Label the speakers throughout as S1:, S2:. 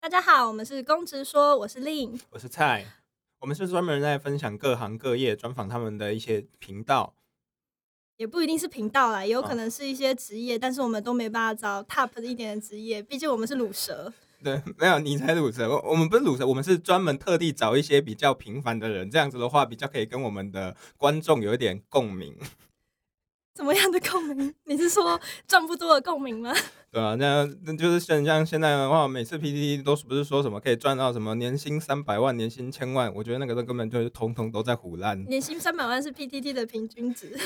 S1: 大家好，我们是公职说，我是令。
S2: 我是蔡，我们是专门在分享各行各业、专访他们的一些频道。
S1: 也不一定是频道啦，也有可
S2: 哦
S1: 能是一些职业，但是我们都没办法找 top 一点的职业，毕竟我们是卤蛇。
S2: 对， 没有你才卤蛇，我我们不是卤蛇，我们是专门特地找一些比较平凡的人，这样子的话比较可以跟我们的观众有一点共鸣，
S1: 怎么样的共鸣？你是说赚不多的共鸣吗？
S2: 对啊，那那就是像像现在的话，每次 PPT 都是不是说什么可以赚到什么年薪三百万、年薪千万，我觉得那个都根本就是通通都在胡乱。
S1: 年薪三百万是 PTT 的平均值。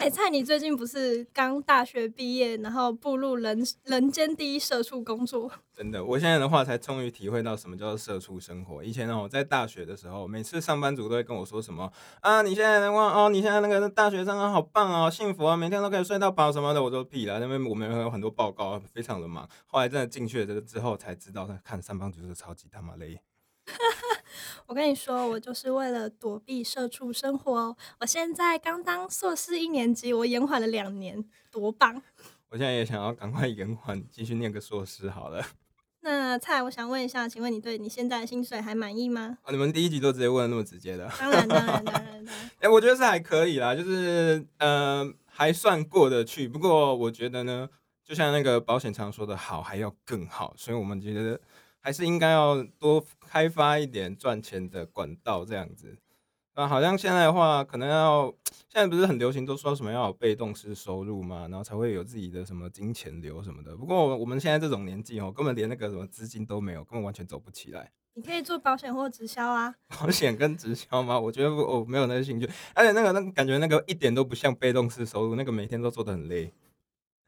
S1: 哎、蔡，你最近不是刚大学毕业，然后步入人人间第一社畜工作？
S2: 真的，我现在的话才终于体会到什么叫做社畜生活。以前呢，我在大学的时候，每次上班族都会跟我说什么啊，你现在的话哦，你现在那个大学生啊，好棒哦，幸福啊，每天都可以睡到饱什么的，我说屁啦，那边我们有很多报告，啊非常的忙。后来真的进去了这个之后，才知道，看上班族是超级他妈累。
S1: 我跟你说，我就是为了躲避社畜生活哦。我现在刚当硕士一年级，我延缓了两年，多棒！
S2: 我现在也想要赶快延缓，继续念个硕士好了。
S1: 那蔡，我想问一下，请问你对你现在的薪水还满意吗？
S2: 啊，你们第一集都直接问的那么直接的，
S1: 当然，当然，当然，当然。
S2: 哎、我觉得是还可以啦，就是呃还算过得去。不过我觉得呢，就像那个保险常说的，好还要更好，所以我们觉得还是应该要多开发一点赚钱的管道，这样子。那好像现在的话，可能要现在不是很流行都说什么要有被动式收入嘛，然后才会有自己的什么金钱流什么的。不过我们现在这种年纪哦，根本连那个什么资金都没有，根本完全走不起来。
S1: 你可以做保险或直销啊。
S2: 保险跟直销吗？我觉得我我没有那个兴趣，而且那个那个感觉那个一点都不像被动式收入，那个每天都做的很累。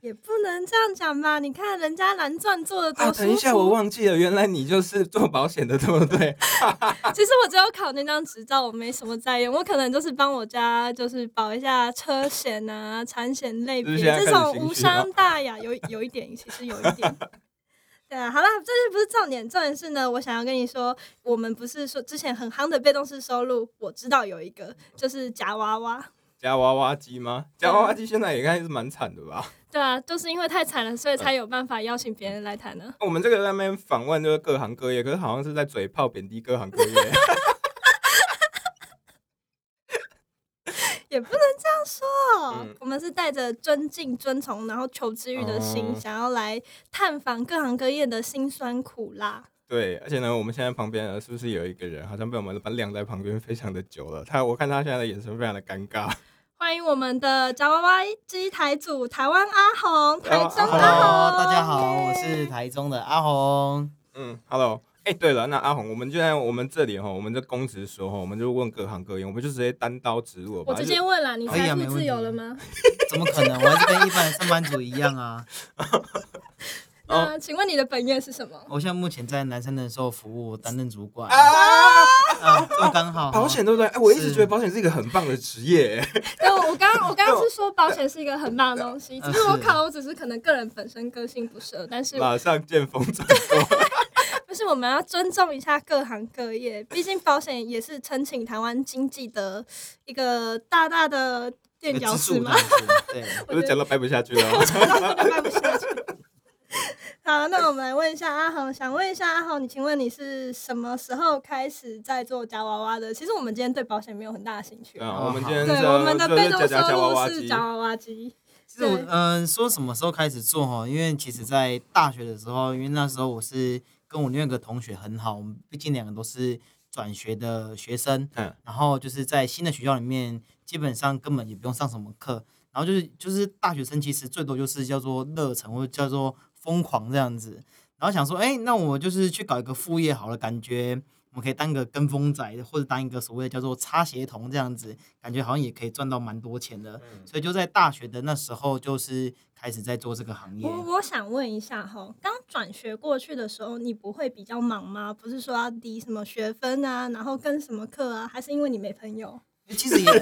S1: 也不能这样讲吧？你看人家蓝钻做的多哦
S2: 啊，
S1: 舒服。
S2: 等一下，我忘记了，原来你就是做保险的，对不对？
S1: 其实我只有考那张执照，我没什么在用，我可能就是帮我家就是保一下车险啊、产险类别
S2: 就是现在
S1: 这
S2: 开始
S1: 种
S2: 心
S1: 无
S2: 虚了
S1: 伤大雅，有有一点，其实有一点。对啊，好啦，这就不是重点，重点是呢，我想要跟你说，我们不是说之前很夯的被动式收入，我知道有一个就是夹娃娃，
S2: 夹娃娃机
S1: 嗯
S2: 吗？夹娃娃机现在也应该是蛮惨的吧？
S1: 对啊，就是因为太惨了，所以才有办法邀请别人来谈呢、
S2: 我们这个在那边访问就是各行各业，可是好像是在嘴炮贬低各 行各业。
S1: 也不能这样说。
S2: 嗯
S1: 我们是带着尊敬、遵从，然后求知欲的心，
S2: 哦
S1: 想要来探访各行各业的辛酸苦辣。
S2: 对，而且呢，我们现在旁边呢，是不是有一个人好像被我们晾在旁边非常的久了？他我看他现在的眼神非常的尴尬。
S1: 欢迎我们的夹娃娃机台主台湾阿红，台中阿
S2: Hello，
S1: 红。
S2: Hello，
S3: 哎大家好，
S1: 耶
S3: 我是台中的阿红。
S2: 嗯，Hello，哎、对了，那阿红，我们就在我们这里哈，我们这公职说哈，我们就问各行各业，我们就直接单刀直入了吧。
S1: 我直接问啦，你
S3: 可以啊
S1: 财富
S3: 没问题
S1: 自由了吗？
S3: 怎么可能？我还是跟一般的上班族一样啊！
S1: 那、
S3: 哦
S1: 请问你的本业是什么？
S3: 我现在目前在南山人寿服务，我担任主管
S2: 就啊，
S3: 啊，这么刚好。
S2: 保险对不对？哎、我一直
S3: 是
S2: 觉得保险是一个很棒的职业、哎
S1: 对，我刚刚我刚刚是说保险是一个很棒的东 西，
S3: 嗯
S1: 其实我
S3: 是
S1: 考了，我只是可能个人本身个性不适合，但 是
S2: 马上见风 转舵。
S1: 不是，我们要尊重一下各行各 业，毕竟保险也是撑起台湾经济的一个大大的垫
S3: 一个
S1: 脚
S3: 支
S1: 石
S3: 柱这
S1: 嘛
S3: 样。子，对，
S2: 我就讲到掰不下去了。
S1: 好，那我们来问一下阿豪，想问一下阿豪，你请问你是什么时候开始在做夹娃娃的？其实我们今天对保险没有很大的兴趣
S2: 对。啊，我们今天
S1: 对，
S2: 是
S1: 我们的
S2: 就
S1: 被
S2: 是
S1: 动
S2: 夹夹夹
S1: 收
S2: 娃
S1: 入
S2: 娃
S1: 是
S2: 机
S1: 夹娃娃机。
S3: 其实我
S1: 对
S3: 嗯、说什么时候开始做哈？因为其实，在大学的时候，因为那时候我是跟我另外一个同学很好，我们毕竟两个都是转学的学生，
S2: 嗯
S3: 嗯，然后就是在新的学校里面，基本上根本也不用上什么课，然后就是就是大学生其实最多就是叫做热忱或者叫做疯狂这样子，然后想说，哎、那我就是去搞一个副业好了，感觉。我们可以当个跟风仔，或者当一个所谓的叫做擦鞋童这样子，感觉好像也可以赚到蛮多钱的。所以就在大学的那时候，就是开始在做这个行业。
S1: 我我想问一下哈，刚转学过去的时候，你不会比较忙吗？不是说要抵什么学分啊，然后跟什么课啊，还是因为你没朋友？
S3: 其实也，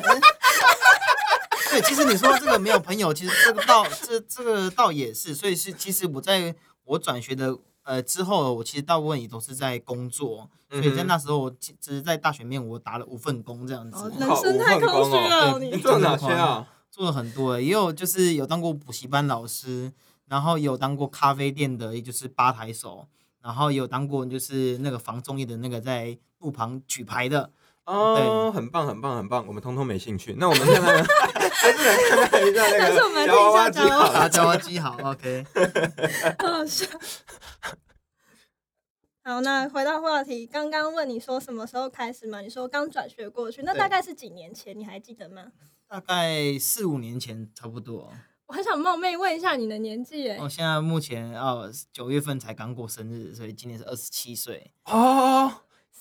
S3: 对，其实你说这个没有朋友，其实这个倒这这个倒也是，所以是其实我在我转学的呃之后，我其实大部分也都是在工作，所以在那时候我其只是在大学面我打了五份工这样子。
S1: 哦，
S2: 那
S1: 人生太空
S2: 哦
S1: 虚了，
S3: 对
S1: 你
S2: 你做哪些啊？
S3: 做了很多、欸，也有就是有当过补习班老师，然后也有当过咖啡店的，也就是吧台手，然后也有当过就是那个防中业的那个在路旁举牌的，
S2: 哦，很棒，很棒，很棒，我们通通没兴趣。那我们看 看，还是来看看一下那
S1: 还是我
S2: 个
S1: 们
S2: 夹娃娃
S1: 看
S2: 机
S1: 一下哦夹娃
S2: 好
S1: 娃
S2: 了
S3: 啊，娃娃机好，OK，
S1: 好笑。好，那回到话题，刚刚问你说什么时候开始嘛？你说刚转学过去，那
S3: 对
S1: 大概是几年前？你还记得吗？
S3: 大概四五年前差不多。
S1: 我很想冒昧问一下你的年纪，哎、
S3: 我现在目前哦，九月份才刚过生日，所以今年是二十七岁。
S2: 哦，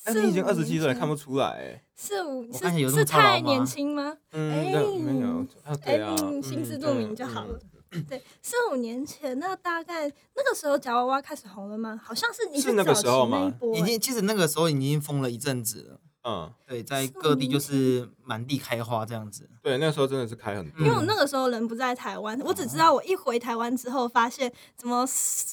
S2: 但是你已经
S1: 四
S2: 二
S1: 五
S2: 十
S1: 年
S2: 七岁了，
S1: 前
S2: 看不出来欸。
S1: 四五
S3: 我看起来有
S1: 是
S3: 这么
S1: 是
S3: 操劳
S1: 太
S3: 吗
S1: 年轻吗？
S2: 嗯，
S1: 哎
S2: 那没有啊，对啊，
S1: 嗯
S2: 嗯
S1: 心知肚明就好了。
S3: 嗯
S1: 对，四五年前，那大概那个时候夹娃娃开始红了吗？好像是你
S2: 是那个
S1: 早期
S2: 时候吗
S1: 那一波
S3: 已
S1: 哎
S3: 经其实那个时候已经封了一阵子了，
S2: 嗯，
S3: 对，在各地就是满地开花这样子。
S2: 对，那时候真的是开很多
S1: 因为我那个时候人不在台湾，我只知
S3: 哦
S1: 道我一回台湾之后，发现怎么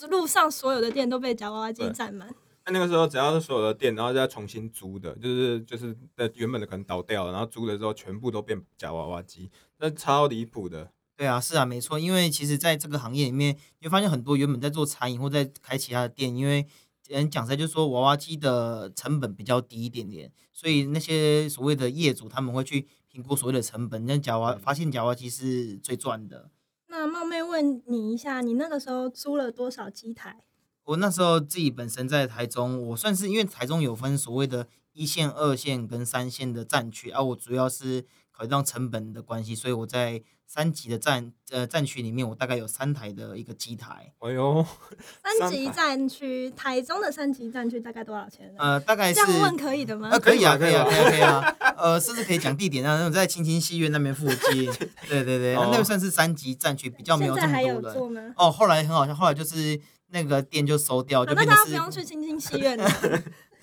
S1: 路上所有的店都被夹娃娃机
S2: 对
S1: 占满。
S2: 那那个时候只要是所有的店，然后再重新租的，就是就是呃原本的可能倒掉了，然后租了之后全部都变假娃娃机，那超离谱的。
S3: 对啊，是啊，没错。因为其实在这个行业里面，你会发现很多原本在做餐饮或在开其他的店，因为人讲实在就是说娃娃机的成本比较低一点点，所以那些所谓的业主他们会去评估所谓的成本，但夹娃发现夹娃机是最赚的。
S1: 那冒昧问你一下，你那个时候租了多少机台？
S3: 我那时候自己本身在台中，我算是因为台中有分所谓的一线、二线跟三线的战区啊，我主要是考虑到成本的关系，所以我在三级的战呃战区里面，我大概有三台的一个机台，
S2: 哎呦，
S1: 三级
S2: 三台
S1: 战区，台中的三级战区大概多少钱呢？
S3: 呃，大概
S1: 这
S3: 是
S1: 样问可以的吗
S3: 啊，？可以啊，
S2: 可
S3: 可
S2: 以
S3: 以
S2: 吧
S3: 啊，可以啊，可以啊，呃，甚至可以讲地点啊，那种在青青戏院那边附 近，对对对，
S2: 哦
S3: 那个算是三级战区，比较没
S1: 现
S3: 有
S1: 在
S3: 这么
S1: 还有
S3: 多
S1: 做
S3: 人。
S1: 吗？
S3: 哦，后来很好笑，后来就是那个店就收掉，
S1: 好
S3: 哦就
S1: 啊那
S3: 变
S1: 大家不
S3: 成
S1: 用
S3: 是
S1: 去清清戏 院了。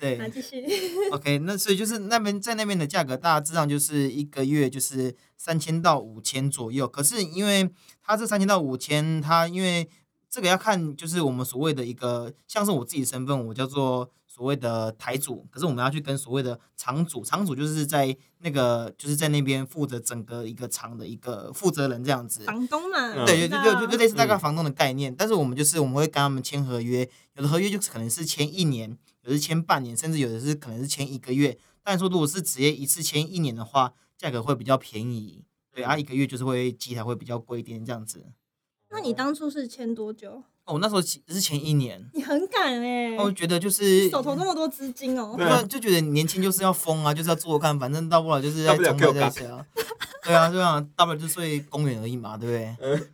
S3: 对
S1: 那继续，
S3: OK，那所以就是那边在那边的价格大致上就是一个月就是三千到五千左右。可是因为它这三千到五千，它因为这个要看就是我们所谓的一个，像是我自己身份，我叫做所谓的台主，可是我们要去跟所谓的厂主，厂主就是在那个就是在那边负责整个一个厂的一个负责人这样子。
S1: 房东嘛，啊
S3: 对，就
S1: 我知
S3: 就就
S1: 道
S3: 就类似大概
S2: 嗯
S3: 房东的概念，但是我们就是我们会跟他们签合约，有的合约就是可能是签一年，有的是签半年，甚至有的是可能是签一个月。但说如果是直接一次签一年的话，价格会比较便宜，对，
S2: 嗯
S3: 啊一个月就是会机台会比较贵一点这样子。
S1: 那你当初是签多久？
S3: 哦，我那时候其是签一年，
S1: 你很敢哎、
S2: 哦
S3: 我觉得就是
S1: 手头那么多资金哦、
S2: 对
S3: 对啊，就觉得年轻就是要疯啊，就是要做看，反正到不了就是
S2: 大
S3: 在
S2: 不了
S3: 重
S2: 给我
S3: 来在一起啊。对啊，对啊，大不了就睡公园而已嘛，对不对？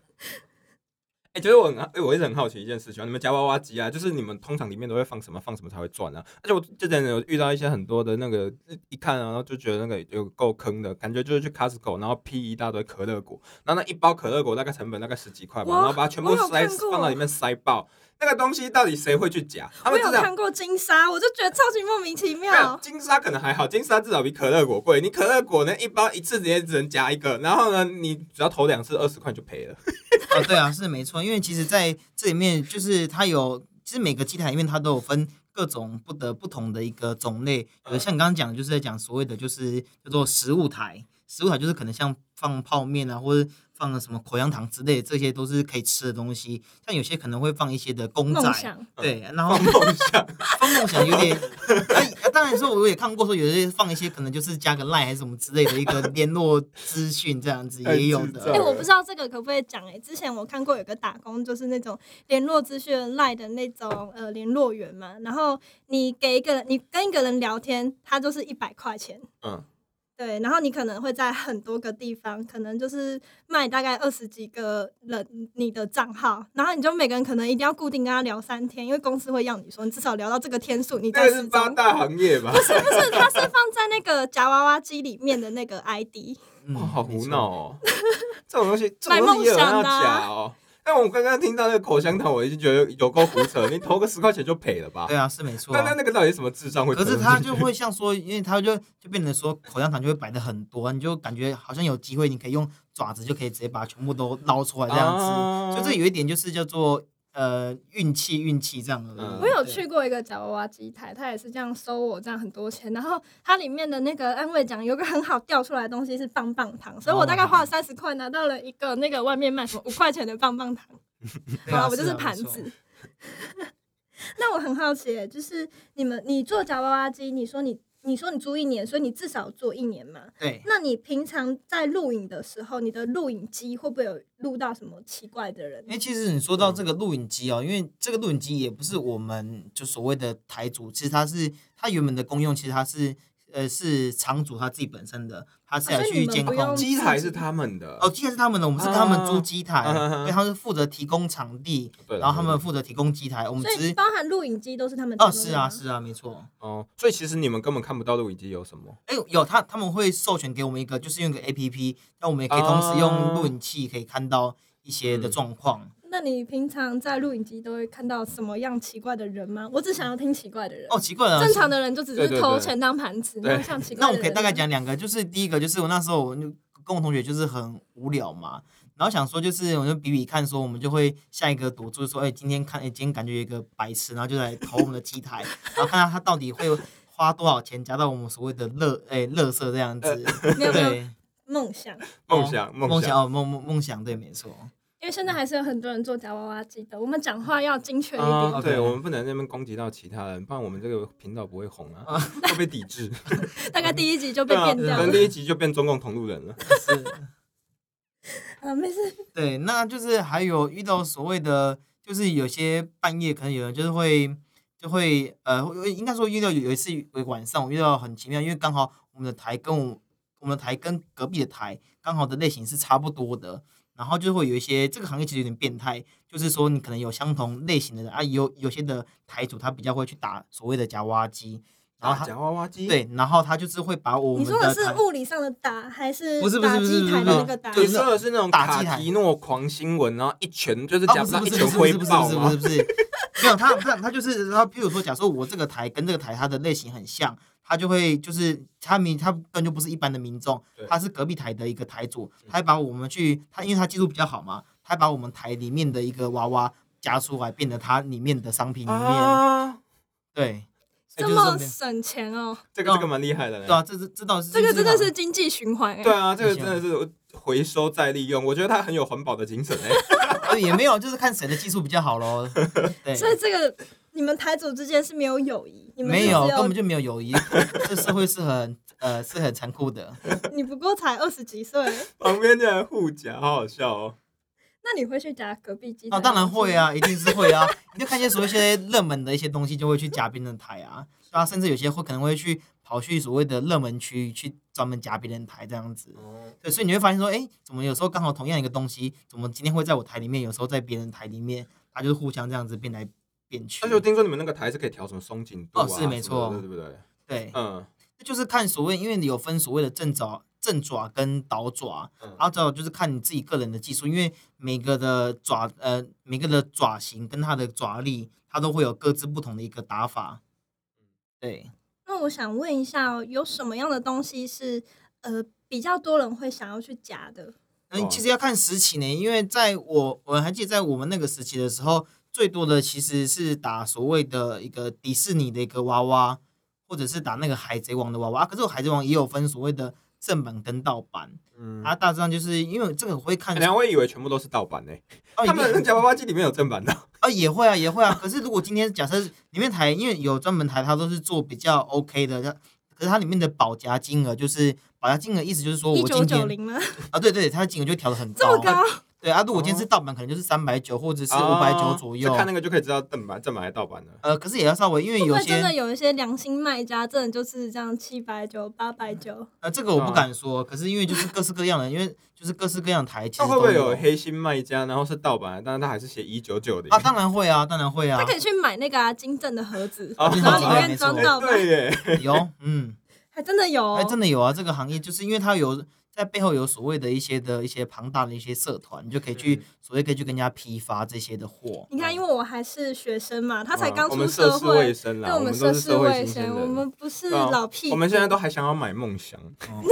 S2: 哎、其实我很好，哎、我一直很好奇一件事情，你们夹娃娃机啊，就是你们通常里面都会放什么，放什么才会赚啊？而且我之前有遇到一些很多的那个，一看啊然后就觉得那个有够坑的感觉，就是去 Costco 然后批一大堆可乐果，然后那一包可乐果大概成本大概十几块吧，
S1: 哇
S2: 然后把它全部
S1: 我有
S2: 塞
S1: 看过
S2: 放到里面塞爆，那个东西到底谁会去夹？他
S1: 我
S2: 们
S1: 有
S2: 至少
S1: 看过金沙，我就觉得超级莫名其
S2: 没有
S1: 妙。
S2: 金沙可能还好，金沙至少比可乐果贵。你可乐果呢，一包一次直接只能夹一个，然后呢，你只要投两次二十块就赔了。
S3: 啊，对啊，是没错，因为其实在这里面就是它有，其实每个机台里面它都有分各种不得不同的一个种类，有的
S2: 嗯
S3: 像你刚刚讲的，就是在讲所谓的就是叫做食物台，食物台就是可能像放泡面啊，或者放了什么口香糖之类的，这些都是可以吃的东西。像有些可能会放一些的公
S1: 梦
S3: 仔，
S1: 想，
S3: 对，然后
S2: 嗯放梦想，
S3: 放梦想有点，哎当然说我也看过说有些放一些可能就是加个 line 还是什么之类的一个联络资讯这样子也有
S2: 很智障
S1: 哎、
S3: 的。
S1: 我不知道这个可不可以讲哎、之前我看过有个打工，就是那种联络资讯赖的那种呃联络员嘛，然后你给一个人，你跟一个人聊天，他就是一百块钱。
S2: 嗯，
S1: 对，然后你可能会在很多个地方，可能就是卖大概二十几个人你的账号，然后你就每个人可能一定要固定跟他聊三天，因为公司会要你说你至少聊到这个天数，你
S2: 那
S1: 再
S2: 个是
S1: 失踪
S2: 八。大行业吧？
S1: 是不是，它是放在那个夹娃娃机里面的那个 ID，
S3: 嗯
S2: 哇，好
S3: 没
S2: 胡
S3: 错
S2: 闹哦！ 这种东西，这
S1: 买
S2: 种东西
S1: 梦
S2: 也有人
S1: 想
S2: 要
S1: 的啊
S2: 假哦。但我刚刚听到那个口香糖，我已经觉得有够胡扯，你投个十块钱就赔了吧？
S3: 对啊，是没错啊、
S2: 但那那个到底什么智障会投
S3: 可
S2: 进去？
S3: 是他就会像说，因为他就就变成说口香糖就会摆的很多，你就感觉好像有机会，你可以用爪子就可以直接把它全部都捞出来这样子。
S2: 啊
S3: 所以这有一点就是叫做呃运气运气这样
S2: 嗯
S3: 而已。
S1: 我有
S3: 嗯对
S1: 去过一个夹娃娃机台，他也是这样收我这样很多钱，然后它里面的那个安慰奖有个很好掉出来的
S3: 哦
S1: 东西是棒棒糖，所以我大概花了三十块拿到了一个那个外面卖什么五块钱的棒棒糖，
S3: 对
S1: 好
S3: 啊
S1: 啊，我就是
S3: 啊
S1: 盘。
S3: 没错
S1: 子。 那我很好奇耶，欸就是你们你做夹娃娃机，你说你你说你租一年，所以你至少做一年嘛？
S3: 对，啊
S1: 那你平常在录影的时候，你的录影机会不会有录到什么奇怪的人
S3: 因？为其实你说到这个录影机哦，因为这个录影机也不是我们就所谓的台主，其实它是它原本的功用，其实它是呃是厂主他自己本身的，它是
S1: 啊
S3: 来
S1: 所以你
S3: 去
S1: 们
S3: 监
S1: 不
S3: 控
S1: 用
S2: 机台是他们的
S3: 哦，，机台是他们的，我们是跟他们租机台，
S2: 啊啊啊啊
S3: 对，他们是负责提供场地，
S2: 对啦
S3: 然后他们负责提供机台，我们
S1: 所
S3: 只
S1: 以
S3: 是
S1: 包含录影机都是他们提
S3: 哦，
S1: 供
S3: 是
S1: 的
S3: 啊，
S1: 吗
S3: 是啊，没错。
S2: 哦，所以其实你们根本看不到录影机有什么。
S3: 哎，有他他们会授权给我们一个，就是用一个 A P P，那我们也可以同时用录影器可以看到一些的
S2: 啊嗯
S3: 状况。
S1: 那你平常在录影机都会看到什么样奇怪的人吗？我只想要听奇怪的人。
S3: 哦，奇怪了，
S1: 正常的人就只
S2: 对对
S1: 是偷
S2: 对
S1: 钱当盘子，
S2: 对
S1: 那像 奇怪的
S3: 那我们可以
S1: 人
S3: 大概
S1: 呢
S3: 讲两个，就是第一个就是我那时候我就跟我同学就是很无聊嘛，然后想说就是我就比比看，说我们就会下一个赌注说，哎、今天看，哎、今天感觉有一个白痴，然后就来投我们的机台， 然后看看他到底会花多少钱加到我们所谓的乐哎乐色这样子，
S1: 呃 没有没有
S3: 对，
S1: 梦想，
S2: 梦想
S3: 哦
S2: 梦
S3: 梦
S2: 想
S3: 哦梦梦梦想对没错，
S1: 因为现在还是有很多人做夹娃娃机的，我们讲话要精确一点。
S3: 哦
S2: 啊，对，我们不能在那边攻击到其他人，不然我们这个频道不会红啊，会被抵制。
S1: 大
S3: 哦
S1: 概第一集就被
S2: 对啊，
S1: 变
S2: 可
S1: 掉
S2: 能
S1: 了。
S2: 第一集就变中共同路人了。
S3: 是。
S1: 啊，没事，
S3: 对，那就是还有遇到所谓的，就是有些半夜可能有人就是会就会呃，会应该说遇到有有一次有晚上我遇到很奇妙，因为刚好我们的台跟我我们的台跟隔壁的台刚好的类型是差不多的，然后就会有一些这个行业其实有点变态，就是说你可能有相同类型的人啊，有有些的台主他比较会去打所谓的夹娃娃机，然后
S2: 啊
S3: 他
S2: 夹娃娃机，，
S3: 对，然后他就是会把我
S1: 你
S3: 们
S1: 说的
S3: 的
S1: 是
S3: 台
S1: 物理上的打，还是
S3: 不是不是
S1: 打
S3: 不是
S1: 机台
S3: 不是
S1: 的那个打？
S2: 你
S3: 就是
S2: 说的是那种
S3: 打
S2: 卡
S3: 击台
S2: 提诺狂新闻，然后一拳就是
S3: 啊
S2: 夹
S3: 不是
S2: 到
S3: 不
S2: 一
S3: 是
S2: 拳
S3: 不是不
S2: 挥
S3: 是不
S2: 爆
S3: 是不
S2: 吗
S3: 是？不 是，没有他他他就是他，譬如说，假设我这个台跟这个台它的类型很像，他就会就是他民他根本就不是一般的民众
S2: 对，
S3: 他是隔壁台的一个台主，他还把我们去他因为他技术比较好嘛，他还把我们台里面的一个娃娃夹出来，变得他里面的商品里面，
S2: 啊，
S3: 对
S1: 这
S3: 就是这
S1: 么
S3: 么
S1: 省钱哦，
S2: 这个这个蛮厉害的嘞
S3: 对。啊，这是这倒是
S1: 这个真的是
S3: 好
S1: 经济循环哎。
S2: 对啊，这个
S3: 你
S2: 真
S3: 想
S2: 的是回收再利用，我觉得它很有环保的精神哎。
S3: 呃也没有，就是看谁的技术比较好喽，对。
S1: 所以这个你们台主之间是没有友谊，你们
S3: 没有，根
S1: 就
S3: 本
S1: 只
S3: 就没有友谊， 这社会是很呃是很残酷的。
S1: 有你不过才二十几岁，
S2: 旁边竟然互夹，好好笑哦。
S1: 那你会去夹隔壁机台？
S3: 哦，当然会。啊，一定是会啊。你就看一些所谓一些热门的一些东西，就会去夹别人的台啊，对啊，甚至有些会可能会去跑去所谓的热门区去专门夹别人的台这样子。对，所以你会发现说，哎，怎么有时候刚好同样一个东西，怎么今天会在我台里面，有时候在别人台里面，它就是互相这样子变来变去
S2: 而。且我听说你们那个台是可以调什么松紧度啊
S3: 哦是
S2: 什么的
S3: 没错
S2: 对不对？
S3: 对，
S2: 嗯，
S3: 那就是看所谓，因为你有分所谓的正爪、正爪跟倒爪，
S2: 嗯
S3: 然后再有就是看你自己个人的技术，因为每个的爪呃每个的爪型跟它的爪力，它都会有各自不同的一个打法。对，
S1: 那我想问一下哦，有什么样的东西是呃比较多人会想要去夹的？
S3: 那
S2: 哦
S3: 其实要看时期呢，因为在我我还记得在我们那个时期的时候，最多的其实是打所谓的一个迪士尼的一个娃娃，或者是打那个海贼王的娃娃。啊可是我海贼王也有分所谓的正版跟盗版，啊
S2: 嗯，
S3: 它大致上就是因为这个我会看
S2: 哎两位以为全部都是盗版呢？
S3: 哦
S2: 他
S3: 一定
S2: 们夹娃娃机里面有正版的，
S3: 啊，也会啊，也会啊。可是如果今天假设里面台，因为有专门台，它都是做比较 OK 的，它可是它里面的保夹金额就是保夹金额，意思就是说
S1: 一
S3: 哦我
S1: 九
S3: 今
S1: 九
S3: 天
S1: 零吗？
S3: 啊，对对，它的金额就调的很
S1: 这么
S3: 高，
S1: 高？哦
S3: 对啊。如果今天是盗版，可能就是三百九或者是五百九
S2: 哦
S3: 左
S2: 就
S3: 右。
S2: 看那个就可以知道正版正版还是盗版的。
S3: 呃，可是也要稍微，因为
S1: 会不
S3: 有
S1: 会真的
S3: 些
S1: 有一些良心卖家，真的就是这样七百九、八百九？
S3: 呃，这个我不
S2: 啊
S3: 敢说。可是因为就是各式各样的，因为就是各式各样的台，其
S2: 那
S3: 实
S2: 会不会
S3: 都
S2: 有黑心卖家，然后是盗版的，但是他还是写一九九零
S3: 啊？当然会啊，当然会啊
S1: 他，可以去买那个啊金正的盒子，
S2: 哦
S1: 然后
S2: 哦
S1: 里面装盗版，
S2: 对耶，
S3: 有嗯。
S1: 还真的有哦。
S3: 哎，真的有啊，这个行业就是因为它有在背后有所谓的一些的一些庞大的一些社团，你就可以去、
S2: 嗯
S3: 所谓可以去跟人家批发这些的货。
S1: 你看，因为我还是学生嘛，他才
S2: 嗯
S1: 刚
S2: 我
S1: 出
S2: 们涉
S1: 社
S2: 世未
S1: 会，
S2: 深啦，
S1: 对我们
S2: 都
S1: 涉
S2: 是
S1: 世
S2: 社会
S1: 未
S2: 新鲜
S1: 深，
S2: 人，
S1: 我们不是
S2: 对啊
S1: 老屁股。
S2: 我们现在都还想要买梦想，
S3: 哦、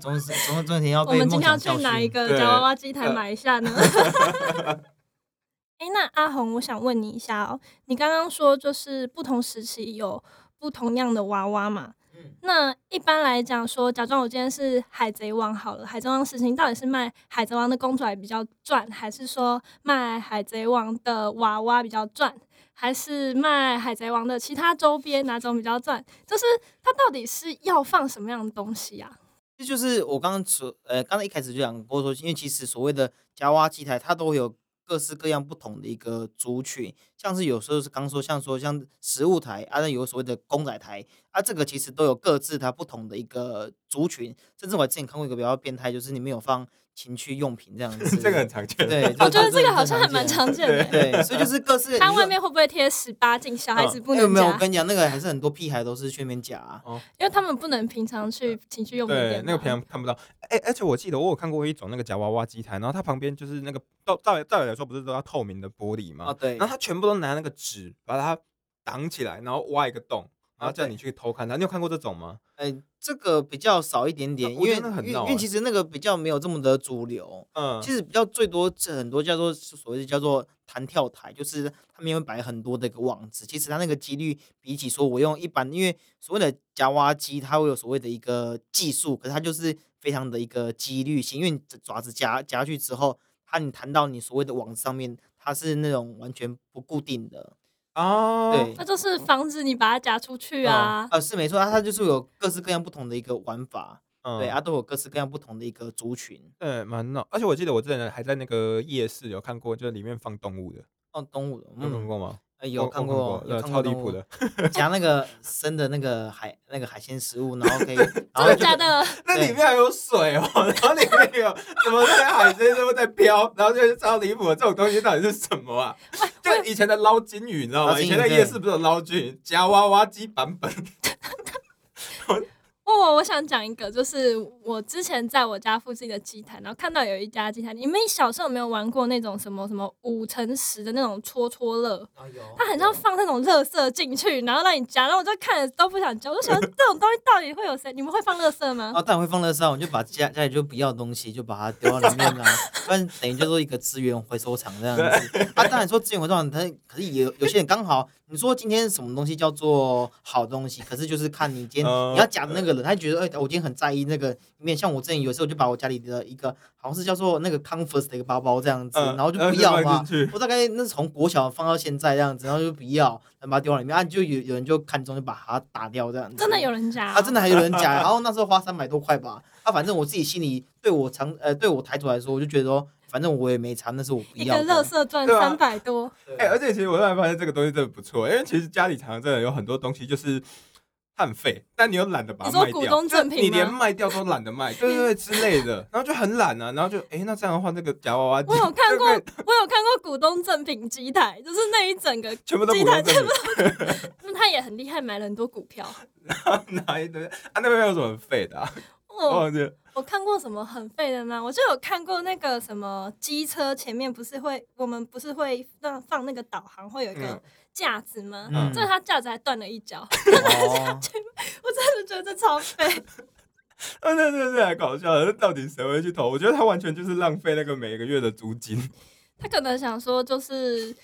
S3: 总是总是总有一天要
S1: 我
S3: 被
S1: 们今
S3: 梦
S1: 天要
S3: 想
S1: 去
S3: 教
S1: 哪一
S3: 训。
S1: 个
S2: 对
S1: 夹娃娃机台买一下呢？ 哎、那阿红，我想问你一下哦，你刚刚说就是不同时期有不同样的娃娃嘛？
S3: 嗯
S1: 那一般来讲说，假装我今天是海贼王好了，海贼王事情到底是卖海贼王的公主还比较赚，还是说卖海贼王的娃娃比较赚，还是卖海贼王的其他周边哪种比较赚？就是它到底是要放什么样的东西啊？
S3: 这就是我刚刚所呃，刚才一开始就讲过说，因为其实所谓的夹娃机台，它都会有各式各样不同的一个族群，像是有时候是刚说像说像食物台啊，那有所谓的公仔台啊，这个其实都有各自它不同的一个族群，甚至我之前看过一个比较变态，就是里面有放情趣用品 这样子，
S2: 这个很常见。
S3: 对，
S1: 我觉得
S3: 这
S1: 哦这个
S3: 很
S1: 好像还
S3: 见
S1: 蛮
S3: 的
S1: 常见的。
S3: 对，所以就是各式
S1: 它
S3: 你
S1: 外
S3: 说
S1: 面会不会贴十八禁？小孩子
S3: 嗯
S1: 不
S3: 没有
S1: 能
S3: 没有，我
S1: 夹，
S3: 跟你讲，那个还是很多屁孩都是去那边夹啊、
S1: 因为他们不能平常
S3: 嗯
S1: 去情趣用品
S2: 对
S1: 店，
S2: 那个
S1: 嘛
S2: 平常看不到。哎、而且我记得我有看过一种那个夹娃娃机台，然后它旁边就是那个照照理照理来说不是都要透明的玻璃吗？
S3: 哦，对，
S2: 然后他全部都啊拿那个纸把它挡起来，然后挖一个洞，然后叫
S3: 对
S2: 你去偷看它。你有看过这种吗？
S3: 呃，这个比较少一点点，因
S2: 我觉
S3: 为
S2: 得那很
S3: 因为
S2: 闹
S3: 因为
S2: 欸
S3: 其实那个比较没有这么的主流。
S2: 嗯，
S3: 其实比较最多是很多叫做所谓的叫做弹跳台，就是他们也会摆很多的一个网子。其实它那个几率比起说我用一般，因为所谓的夹娃机，它会有所谓的一个技术，可是它就是非常的一个几率性，因为你的爪子夹夹下去之后，它你弹到你所谓的网子上面，它是那种完全不固定的。
S2: 哦，
S3: 对，
S1: 那就是防止你把它夹出去啊。
S3: 啊，是没错，它它就是有各式各样不同的一个玩法。
S2: 嗯
S3: 对啊，，都有各式各样不同的一个族群。
S2: 对，呃蛮闹。而且我记得我之前还在那个夜市有看过，就是里面放动物的，
S3: 哦，动物的，
S2: 你有看
S3: 嗯，
S2: 过吗？
S3: 呃有
S2: 我
S3: 看
S2: 我
S3: 过
S2: 看，
S3: 有
S2: 对
S3: 看
S2: 超
S3: 过
S2: 离
S3: 动
S2: 谱
S3: 物，
S2: 的。
S3: 夹那个生的那个海那个海鲜食物，然后可以，然
S1: 真
S3: 后
S1: 的
S3: 就
S1: 假的？
S2: 那里面还有水哦，然后里面有什么那些海鲜都在飘，然后就是超离谱的。这种东西到底是什么啊？就以前的捞金鱼，你知道
S3: 捞
S2: 吗？
S3: 金
S2: 以
S3: 鱼
S2: 前在夜市不是有捞金鱼夹娃娃机版本？
S1: 哦，我我想讲一个，就是我之前在我家附近的鸡摊，然后看到有一家鸡摊，你们小时候有没有玩过那种什么什么五乘十的那种戳戳乐？
S3: 哦有
S1: 它很像放那种乐色进去，然后让你夹，然后我就看了都不想夹，我就想 说这种东西到底会有谁？你们会放乐色吗？
S3: 哦，但我会放乐圾，我就把家家里就不要的东西就把它丢到里面啦，不然等于就做一个资源回收场这样子。啊，当然说资源回收场，它可是有有些人刚好，你说今天什么东西叫做好东西，可是就是看你今天
S2: 嗯
S3: 你要讲的那个人，他觉得哎、我今天很在意那个里面，像我之前有时候就把我家里的一个好像是叫做那个 Converse 的一个包包这样子，
S2: 嗯
S3: 然后就不要
S2: 放
S3: 嘛
S2: 进。去。
S3: 我大概那是从国小放到现在这样子，然后就不要，然后把它丢到里面啊，就有有人就看中就把它打掉这样子。
S1: 真的有人夹、哦
S3: 啊，真的还有人 夹，然后那时候花三百多块吧。啊，反正我自己心里对我长呃对我台主来说，我就觉得说，反正我也没差，那是我不
S1: 一
S3: 要
S1: 个乐
S3: 的。
S1: 色赚
S2: 对啊
S1: 三百多，
S2: 哎、 而且其实我突然发现这个东西真的不错，因为其实家里常常真的有很多东西就是碳废，但你又懒得把它
S1: 你说
S2: 卖掉，
S1: 股东
S2: 就是
S1: 赠品
S2: 你连
S1: 吗
S2: 卖掉都懒 得卖，对对对之类的，然后就很懒啊，然后就哎、那这样的话，那个夹娃娃机
S1: 我有看过，我
S2: 就
S1: 有
S2: 被
S1: 看过股东赠品机台，就是那一整个，
S2: 全部都股
S1: 鸡蛋
S2: 东赠
S1: 那他也很厉害，买了很多股票。
S2: 品，哪一堆 啊？那边有什么很废的、啊？
S1: 哦，
S2: 我忘记了
S1: 我看过什么很废的吗？我就有看过那个什么机车前面不是会，我们不是会让放那个导航会有一个
S2: 嗯
S1: 架子吗？
S3: 嗯
S1: 这他架子还断了一脚，
S3: 哦，
S1: 我真的觉得这超废。
S2: 啊，那那那还搞笑了，那到底谁会去投？我觉得他完全就是浪费那个每个月的租
S1: 哦
S2: 金，
S1: 他可能想说就是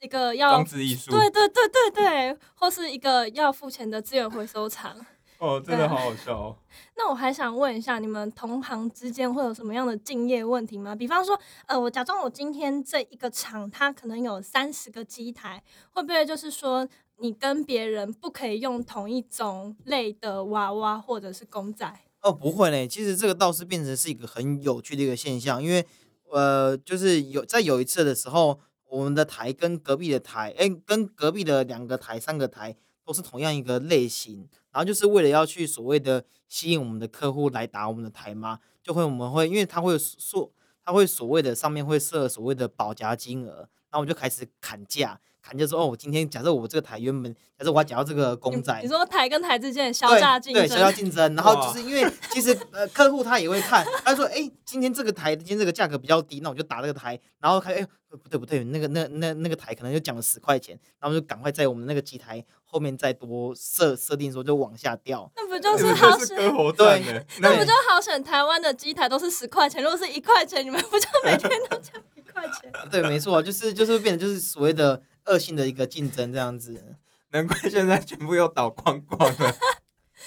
S1: 一个要
S2: 装。置艺术。
S1: 对对对对对，或是一个要付钱的资源回收厂。
S2: 哦，真
S1: 对
S2: 的好好笑哦。
S1: 那我还想问一下，你们同行之间会有什么样的敬业问题吗？比方说，呃，我假装我今天这一个厂，它可能有三十个机台，会不会就是说，你跟别人不可以用同一种类的娃娃或者是公仔？
S3: 哦，不会嘞，其实这个倒是变成是一个很有趣的一个现象，因为呃，就是有在有一次的时候，我们的台跟隔壁的台，哎，跟隔壁的两个台、三个台都是同样一个类型，然后就是为了要去所谓的吸引我们的客户来打我们的台嘛，就会我们会因为他会说，他会所谓的上面会设所谓的保夹金额，然后我们就开始砍价。砍价说哦，我今天假设我这个台原本假设我要讲到这个公仔，
S1: 你说台跟台之间的
S3: 对
S1: 销价竞
S3: 对，小价
S1: 争，
S3: 竞争。然后
S2: 哇
S3: 就是因为其实呃 客户他也会看，他说哎、今天这个台今天这个价格比较低，那我就打这个台。然后看哎、不对不对，那个那那那个台可能就讲了十块钱，然后就赶快在我们那个机台后面再多设设定说就往下掉。
S1: 那不啊就
S2: 你
S1: 是
S2: 们
S1: 好
S2: 这是
S1: 选？
S2: 割喉战
S3: 对
S2: 呢？
S1: 那
S2: 那
S1: 不就好选？台湾的机台都是十块钱，如果是一块钱，你们不就每天都讲一块钱？
S3: 对，没错，就是就是变成就是所谓的恶性的一个竞争这样子。
S2: 难怪现在全部又倒光光了。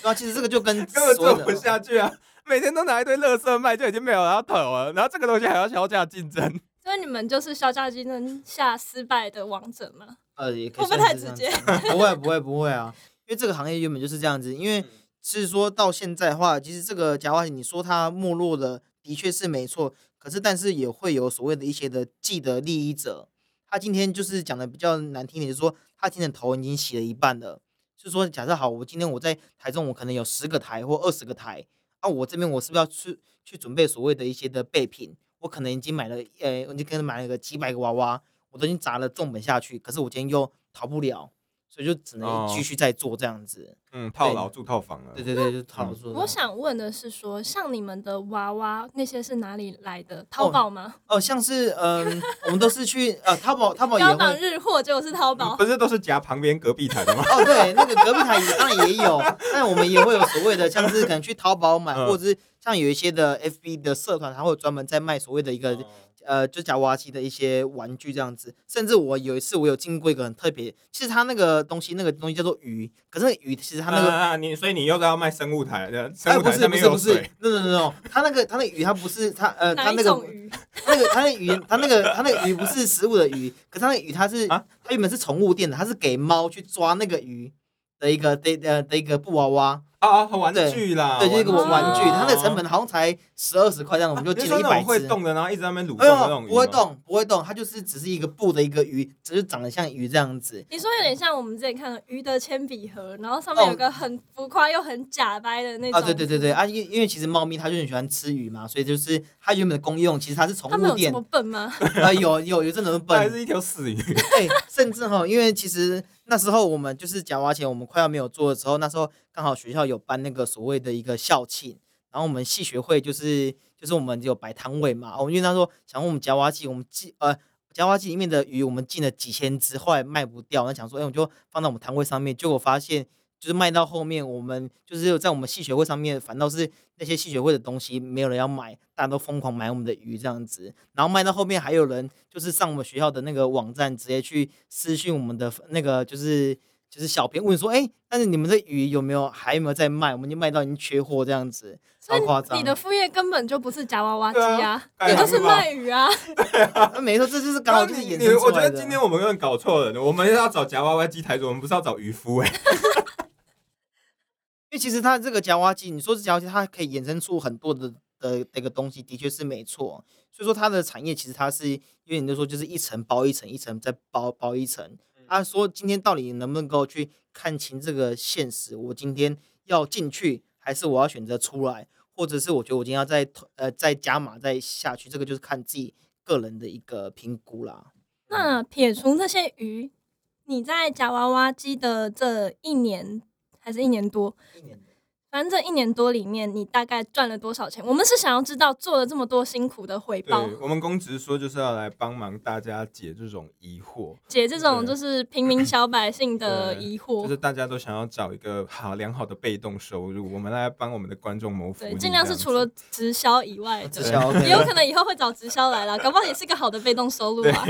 S3: 对啊，其实这个就跟
S2: 根本
S3: 所有
S2: 做
S3: 的
S2: 不下去啊！每天都拿一堆垃圾卖，就已经没有人要投了，然后这个东西还要销价竞争，
S1: 所以你们就是销价竞争下失败的王者吗？
S3: 呃，也可
S1: 会
S3: 以
S1: 不会
S3: 算
S1: 太
S3: 是
S1: 直
S3: 这样子 不会不会不会啊，因为这个行业原本就是这样子。因为是说到现在的话，其实这个假话，你说它没落的，的确是没错。可是，但是也会有所谓的一些的既得利益者，他今天就是讲的比较难听一点，就是说他今天的头已经洗了一半了。就是说，假设好，我今天我在台中，我可能有十个台或二十个台，啊，我这边我是不是要去去准备所谓的一些的备品？我可能已经买了，呃，我就可能买了个几百个娃娃，我都已经砸了重本下去，可是我今天又逃不了，所以就只能
S2: 哦
S3: 继续再做这样子。
S2: 嗯，套牢住套房了。
S3: 对对对，就逃住。
S1: 我想问的是说像你们的娃娃那些是哪里来的？淘宝吗？
S3: 哦，像是嗯，我们都是去呃淘 宝，淘宝也
S1: 标榜
S3: 会。嗯
S1: 日货就是淘宝，
S2: 不是都是夹旁边隔壁台的 吗？
S3: 哦，对，那个隔壁台也当然也有，但我们也会有所谓的，像是可能去淘宝买，
S2: 嗯
S3: 或者是像有一些的 FB 的社团，它会专门在卖所谓的一
S2: 哦
S3: 个呃，就夹娃娃机的一些玩具这样子。甚至我有一次，我有经过一个很特别，其实它那个东西，那个东西叫做鱼，可是那个鱼其实它那个。
S2: 啊，你所以你又是要卖生物台的，
S3: 哎，
S2: 生物
S3: 不
S2: 台
S3: 是
S2: 上
S3: 不
S2: 面
S3: 是
S2: 有
S3: 不是
S2: 水，
S3: ，no no no，no，它那个它那个鱼，它不是它呃，它
S1: 哪一
S3: 那个
S1: 种鱼？
S3: 它那个它那鱼，它那个它那个鱼不是食物的鱼，可是它那个鱼它是、
S2: 啊
S3: 它原本是宠物店的，它是给猫去抓那个鱼的一个的呃的一个布娃娃，
S2: 啊啊，玩具啦，
S3: 对，就是一个
S1: 玩具
S3: 玩具，
S1: 哦
S3: 它那个成本好像才十二十块这样，我们就
S2: 你
S3: 寄
S2: 是
S3: 了
S2: 说
S3: 一
S2: 那
S3: 百
S2: 种会
S3: 只。
S2: 动的，然后一直在那边蠕动
S3: 哎
S2: 的那种
S3: 呦，
S2: 鱼吗，
S3: 不会动，不会动，它就是只是一个布的一个鱼，只是长得像鱼这样子。
S1: 你说有点像我们之前看的鱼的铅笔盒，然后上面有个很浮夸又很假掰的那种。
S3: 哦啊，对对对对，啊，因因为其实猫咪它就很喜欢吃鱼嘛，所以就是它原本的功用其实它是宠
S1: 他们有
S3: 物
S1: 这
S3: 店
S1: 么，笨吗？
S3: 啊，有有有这种
S2: 它
S3: 本
S2: 还是一条死鱼。
S3: 对，甚至哈，因为其实那时候我们就是夹娃娃前，我们快要没有做的时候，那时候刚好学校有办那个所谓的一个校庆，然后我们系学会就是就是我们有摆摊位嘛，我哦们因为那时候想问我们夹娃娃机，我们进呃。夹娃娃机里面的鱼，我们进了几千只，后来卖不掉，那想说，哎、我就放到我们摊位上面。结果发现，就是卖到后面，我们就是在我们系学会上面，反倒是那些系学会的东西没有人要买，大家都疯狂买我们的鱼这样子，然后卖到后面还有人就是上我们学校的那个网站直接去私讯我们的那个就是就是小编问说，哎、但是你们的鱼有没有还有没有在卖？我们已经卖到已经缺货这样子，
S1: 所
S3: 超夸张
S1: 以。你的副业根本就不是夹娃娃机
S2: 对
S1: 啊，
S2: 哎
S1: 你就
S2: 呀
S1: 是卖鱼啊。
S3: 啊没错，这就是刚好就是
S2: 你
S3: 衍
S2: 你
S3: 生出
S2: 我觉
S3: 来
S2: 得
S3: 的。啊
S2: 今天我们有点搞错了，我们是要找夹娃娃机台主，我们不是要找渔夫 哎。
S3: 因为其实它这个夹娃机，你说是夹娃机，它可以衍生出很多的的那个东西，的确是没错。所以说它的产业其实它是，因为你就说就是一层包一层，一层再包包一层。啊，说今天到底能不能够去看清这个现实？我今天要进去，还是我要选择出来，或者是我觉得我今天要再投呃再加码再下去？这个就是看自己个人的一个评估啦。
S2: 嗯
S1: 那撇除那些鱼，你在夹娃娃机的这一年还是一年多，
S3: 一年多
S1: 反正这一年多里面，你大概赚了多少钱？我们是想要知道做了这么多辛苦的回
S2: 对
S1: 报，
S2: 我们公职说就是要来帮忙大家解这种疑惑，
S1: 解这种
S2: 对
S1: 就是平民小百姓 的
S2: 对
S1: 疑惑。
S2: 就是大家都想要找一个好良好的被动收入，我们来帮我们的观众谋福利
S1: 对，
S2: 这样子。
S1: 尽量是除了直销以外
S3: 至
S1: 的，
S3: 少 OK
S1: 也有可能以后会找直销来了，搞不好也是个好的被动收入啊。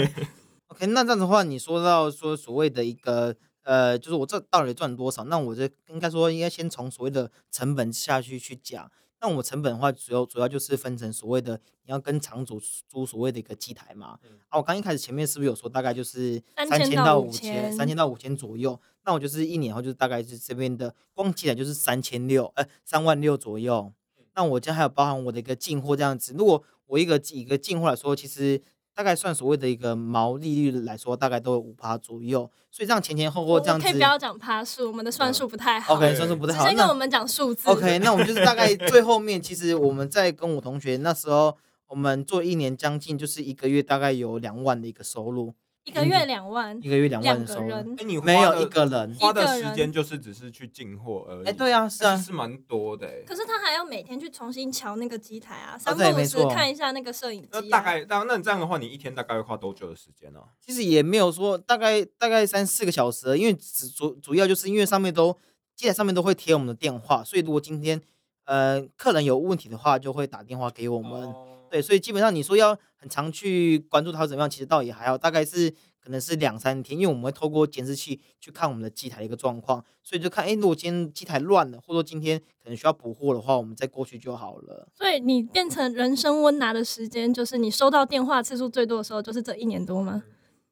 S3: OK，那这样子的话，你说到说所谓的一个呃，就是我这到底赚多少？那我这应该说应该先从所谓的成本下去去讲。那我成本的话，主要主要就是分成所谓的你要跟厂主租所谓的一个机台嘛。啊，我刚一开始前面是不是有说大概就是
S1: 3000
S3: 三千
S1: 到
S3: 到
S1: 5000
S3: 五千，三千到五千左右？那我就是一年后就是大概是这边的光机台就是三千六，呃，三万六左右。
S1: 嗯
S3: 那我这还有包含我的一个进货这样子。如果我一个一个进货来说，其实大概算所谓的一个毛利率来说，大概都有五趴左右。所以这样前前后
S1: 我
S3: 后这样
S1: 们
S3: 子
S1: 可以不要讲趴数，我们的
S2: 嗯
S1: 算术不太好。
S3: ，OK，算是不太
S1: 直
S3: 好。
S1: 接跟
S3: 那
S1: 我们讲数字。
S3: OK，那我们就是大 概最后面，其实我们在跟我同学那时候，我们做一年将近就是一个月大概有两万的一个收入，
S1: 一个月两万，
S3: 嗯一个月两万
S1: 两
S3: 的收
S1: 个
S3: 入，
S1: 人
S2: 哎，你花
S3: 没有
S2: 的
S3: 一个人。
S2: 花的
S1: 一个
S2: 时
S1: 人
S2: 间就是只是去进货而已。
S3: 哎，对啊，是
S2: 但
S3: 啊
S2: 是，是蛮多的哎。
S1: 可是他还要每天去重新瞧那个机台啊，三
S3: 对
S1: 不五
S3: 没
S1: 时
S3: 错
S1: 看一下那个摄影机、
S2: 那
S1: 啊。
S2: 大概，那那你这样的话，你一天大概会花多久的时间呢、
S3: 其实也没有说大概大概三四个小时，因为只主主要就是因为上面都机台上面都会贴我们的电话，所以如果今天呃客人有问题的话，就会打电
S2: 哦
S3: 话哦给我们。对，所以基本上你说要很常去关注他怎么样，其实倒也还好，大概是可能是两三天，因为我们会透过监视器去看我们的机台的一个状况，所以就看，哎，如果今天机台乱了，或者说今天可能需要补货的话，我们再过去就好了。
S1: 所以你变成人生温拿的时间，就是你收到电话次数最多的时候，就是这一年多吗？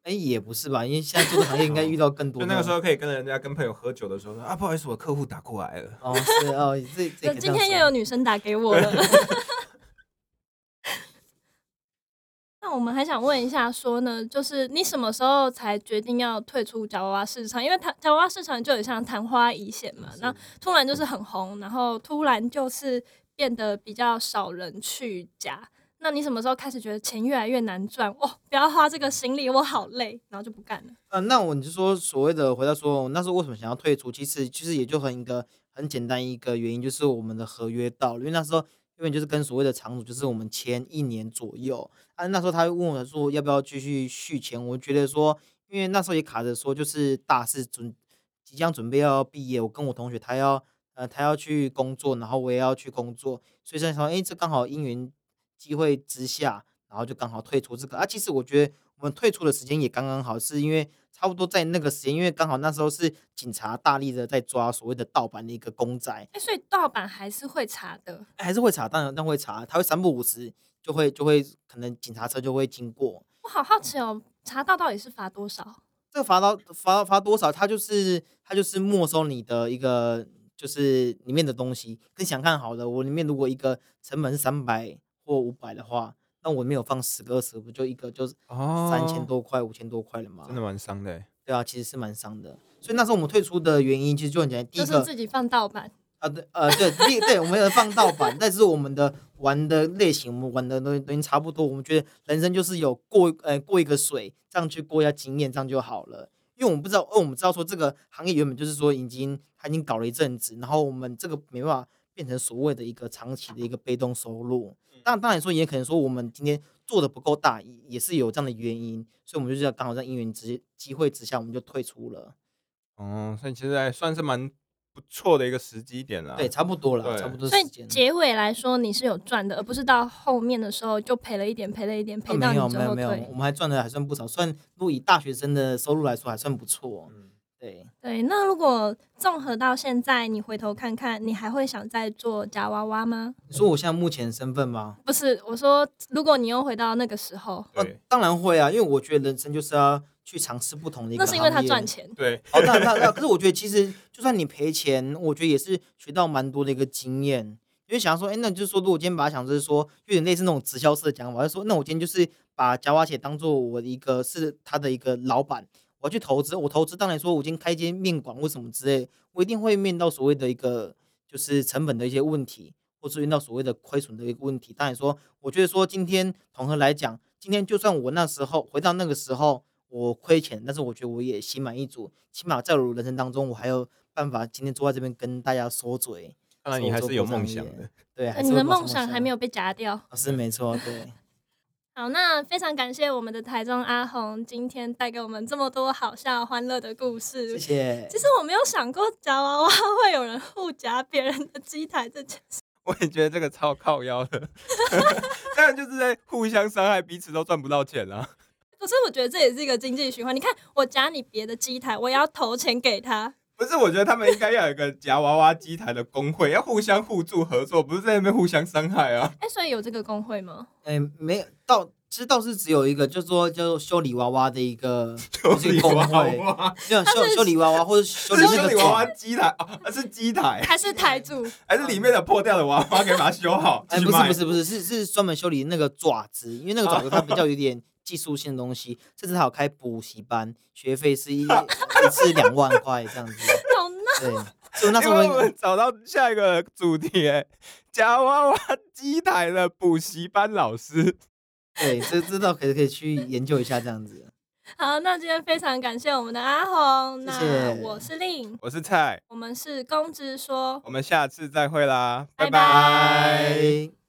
S3: 哎，也不是吧，因为现在这个行业应该遇到更多
S2: 就
S3: 的。
S2: 那个时候可以跟人家跟朋友喝酒的时候说啊，不好意思，我客户打过来了。
S3: 哦，是哦，这
S1: 就
S3: 这可以这
S1: 今
S3: 样
S1: 天又
S3: 说
S1: 有女生打给我 了。那我们还想问一下，说呢，就是你什么时候才决定要退出夹娃娃市场？因为它夹娃娃市场就很像昙花一现嘛，那突然就是很红，然后突然就是变得比较少人去夹。那你什么时候开始觉得钱越来越难赚？哦，不要花这个行李，我好累，然后就不干了。
S3: 嗯、那我你就说所谓的回到说，我那时候为什么想要退出？其实其实也就很一个很简单一个原因，就是我们的合约到了，因为那时候因为就是跟所谓的厂主，就是我们签一年左右啊。那时候他会问我说要不要继续续签，我觉得说，因为那时候也卡着说，就是大四准即将准备要毕业，我跟我同学他要呃他要去工作，然后我也要去工作，所以想说，哎，这刚好因缘机会之下，然后就刚好退出这个啊。其实我觉得我们退出的时间也刚刚好，是因为差不多在那个时间，因为刚好那时候是警察大力的在抓所谓的盗版的一个公仔，
S1: 哎、所以盗版还是会查的。
S3: 还是会查，当然但会查，他会三不五时就会就会可能警察车就会经过，
S1: 我好好奇哦，查到到底是罚多少？
S3: 这个罚到罚罚多少？他就是他就是没收你的一个就是里面的东西。你想看好了，我里面如果一个成本是三百或五百的话，那我没有放十个二十，不就一个就是
S2: 哦
S3: 三千，多块、五千多块了吗？
S2: 真的蛮伤的欸。
S3: 对啊，其实是蛮伤的。所以那时候我们退出的原因其实就很简单，第
S1: 就
S3: 一
S1: 是
S3: 个
S1: 自己放盗版。
S3: 啊，对，呃，对，第对，我们有放盗版，但是我们的玩的类型，我们玩的东西东西差不多，我们觉得人生就是有过，呃，过一个水，这样去过一下经验，这样就好了。因为我们不知道，哦因为我们知道说这个行业原本就是说已经它已经搞了一阵子，然后我们这个没办法变成所谓的一个长期的一个被动收入。但当然说，也可能说我们今天做的不够大，也也是有这样的原因，所以我们就在刚好在因缘之机会之下，我们就退出了。
S2: 哦，所以其实还算是蛮不错的一个时机点啦。
S3: 对，，差不多了，
S2: 啊对
S3: 差不多
S1: 所以
S3: 时间。
S1: 结尾来说，你是有赚的，而不是到后面的时候就赔了一点，赔了一点，
S3: 啊
S1: 赔到
S3: 没有
S1: 你之
S3: 没有
S1: 后
S3: 没有，
S1: 退
S3: 我。们还赚的还算不少，算如果以大学生的收入来说还算不错。
S2: 嗯
S3: 对，
S1: 对，那如果综合到现在，你回头看看，你还会想再做夹娃娃吗？
S3: 你说我现在目前的身份吗？
S1: 不是，我说，如果你又回到那个时候，
S3: 呃
S2: 对，
S3: 当然会啊，因为我觉得人生就是要去尝试不同的一个
S1: 那是因为他
S3: 行业
S1: 赚。钱。
S2: 对，
S3: 哦，那那那，可是我觉得其实就算你赔钱，我觉得也是学到蛮多的一个经验。因为想要说，哎，那就是说，如果我今天把它想就是说，有点类似那种直销式的讲法，就说，那我今天就是把夹娃姐当做我的一个是他的一个老板，我要去投资，我投资当然说我今天开一间面馆或什么之类，我一定会面到所谓的一个就是成本的一些问题，或是遇到所谓的亏损的一个问题。当然说，我觉得说今天统合来讲，今天就算我那时候回到那个时候我亏钱，但是我觉得我也心满意足，起码在我人生当中我还有办法今天坐在这边跟大家说嘴。
S2: 当然你还是有梦想的。
S3: 对，还
S1: 呃
S3: 是
S1: 你的
S3: 会保持
S1: 梦想还没有被夹掉。
S3: 啊，是没错， 对。
S1: 好，那非常感谢我们的台中阿红，今天带给我们这么多好笑欢乐的故事。
S3: 谢谢
S1: 其。实我没有想过夹娃 娃会有人互夹别人的机台这件事。
S2: 我也觉得这个超靠腰的， 当然就是在互相伤害，彼此都赚不到钱啦。
S1: 可是我觉得这也是一个经济循环。你看，我夹你别的机台，我也要投钱给他。
S2: 不是，我觉得他们应该要有一个夹娃娃机台的工会，要互相互助合作，不是在那边互相伤害啊。
S1: 哎、所以有这个工会吗？
S3: 哎，没有到，其实倒是只有一个，就是说叫做修理娃娃的一个， 就是一个工会，
S2: 娃，
S3: 没有修修理娃娃或者修理
S2: 是
S3: 那
S2: 修
S3: 个
S2: 理娃娃
S3: 床
S2: 机台啊，是机
S3: 哎
S2: 台，
S1: 还是台主？
S2: 还是里面的破掉的娃娃，给把它修好？
S3: 哎，
S2: 继续
S3: 不是
S2: 卖
S3: 不，是不是，是是专门修理那个爪子，因为那个爪子它比较有点技术性的东西，甚至还有开补习班，学费 是一一次两万块这样子。
S1: 好闹，
S3: 对，所以那时
S2: 因
S3: 候
S2: 为
S3: 我
S2: 我
S3: 们
S2: 们找到下一个主题、哎，夹娃娃机台的补习班老师，
S3: 对，这这倒可以可以去研究一下这样子。
S1: 好，那今天非常感谢我们的阿红。
S3: 谢谢
S1: 那我是令，
S2: 我是蔡，
S1: 我们是公知说。
S2: 我们下次再会啦，拜
S1: 拜
S2: 拜
S3: 拜。